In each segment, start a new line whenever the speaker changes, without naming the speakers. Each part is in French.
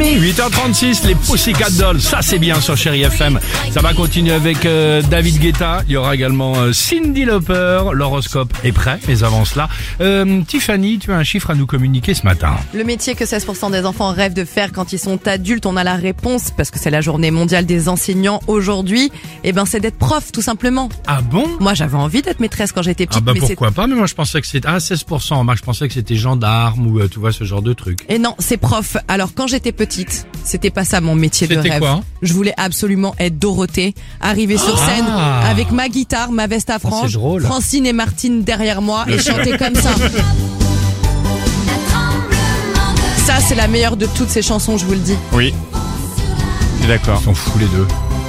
8h36, les Pussycat Dolls, ça c'est bien sur Chéri FM. Ça va continuer avec euh, David Guetta, il y aura également euh, Cindy Lauper, l'horoscope est prêt, mais avant cela, euh, Tiffany, tu as un chiffre à nous communiquer ce matin.
Le métier que 16% des enfants rêvent de faire quand ils sont adultes, on a la réponse parce que c'est la journée mondiale des enseignants aujourd'hui. Et ben, c'est d'être prof, tout simplement.
Ah bon
Moi, j'avais envie d'être maîtresse quand j'étais
Ah
petite,
bah
mais c'est
pourquoi pas, mais moi je pensais que c'était... Ah 16%, moi je pensais que c'était gendarme ou euh, tu vois ce genre de truc.
et Eh non, c'est prof. Alors quand j'étais petite, c'était pas ça mon métier de
C'était
rêve.
quoi
je voulais absolument être Dorothée, arriver sur
Ah
scène avec ma guitare, ma veste à franges,
Oh, c'est drôle.
Francine et Martine derrière moi et chanter comme ça. Ça, c'est la meilleure de toutes ces chansons, je vous le dis.
Oui. D'accord.
Ils sont fous les deux.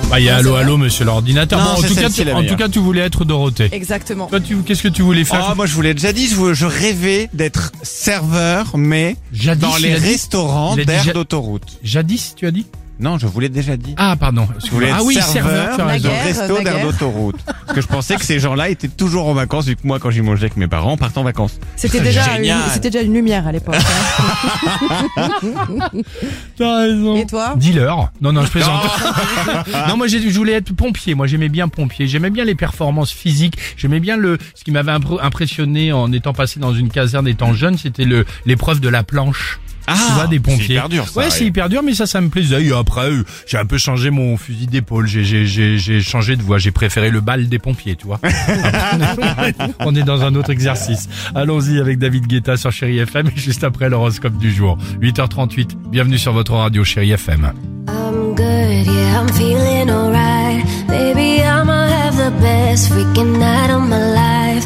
Bah il y a
Non,
Allô
c'est
Allô monsieur l'ordinateur.
Non,
Bon, en,
c'est
tout cas,
celle-ci,
tu,
la
en tout
meilleure.
cas tu voulais être Dorothée.
Exactement.
Toi tu, qu'est-ce que tu voulais faire
Ah, moi je vous l'ai déjà dit, je, je rêvais d'être serveur, mais
Jadis,
dans
il
les
a dit-
restaurants
il a dit ja-
d'air d'autoroute.
Jadis tu as dit
Non, je vous l'ai déjà dit.
Ah pardon,
Je voulais être
ah oui, serveur,
serveur,
tu as
La
de
raison.
guerre,
resto d'air
naguère.
d'autoroute. Parce que je pensais que ces gens-là étaient toujours en vacances, vu que moi quand j'y mangeais avec mes parents, on partait en vacances.
C'était déjà, une,
Génial.
c'était déjà une lumière à l'époque. hein.
T'as raison.
Et toi
Dealer. Non, non, je plaisante.
Ah.
non, moi, j'ai- je voulais être pompier. Moi, j'aimais bien pompier. J'aimais bien les performances physiques. J'aimais bien le, ce qui m'avait impr- impressionné en étant passé dans une caserne étant jeune, c'était le, l'épreuve de la planche. tu vois, des pompiers.
Ah, C'est hyper dur, ça.
ouais, c'est hyper dur, mais ça, ça me plaisait. Et après, euh, j'ai un peu changé mon fusil d'épaule. J'ai, j'ai, j'ai, j'ai changé de voie. J'ai préféré le bal des pompiers, tu vois. On est dans un autre exercice. Allons-y avec David Guetta sur Chéri FM, juste après l'horoscope du jour. 8h38. Bienvenue sur votre radio Chéri FM.
I'm good, yeah, I'm feeling alright. Baby, I'ma have the best freaking night of my life.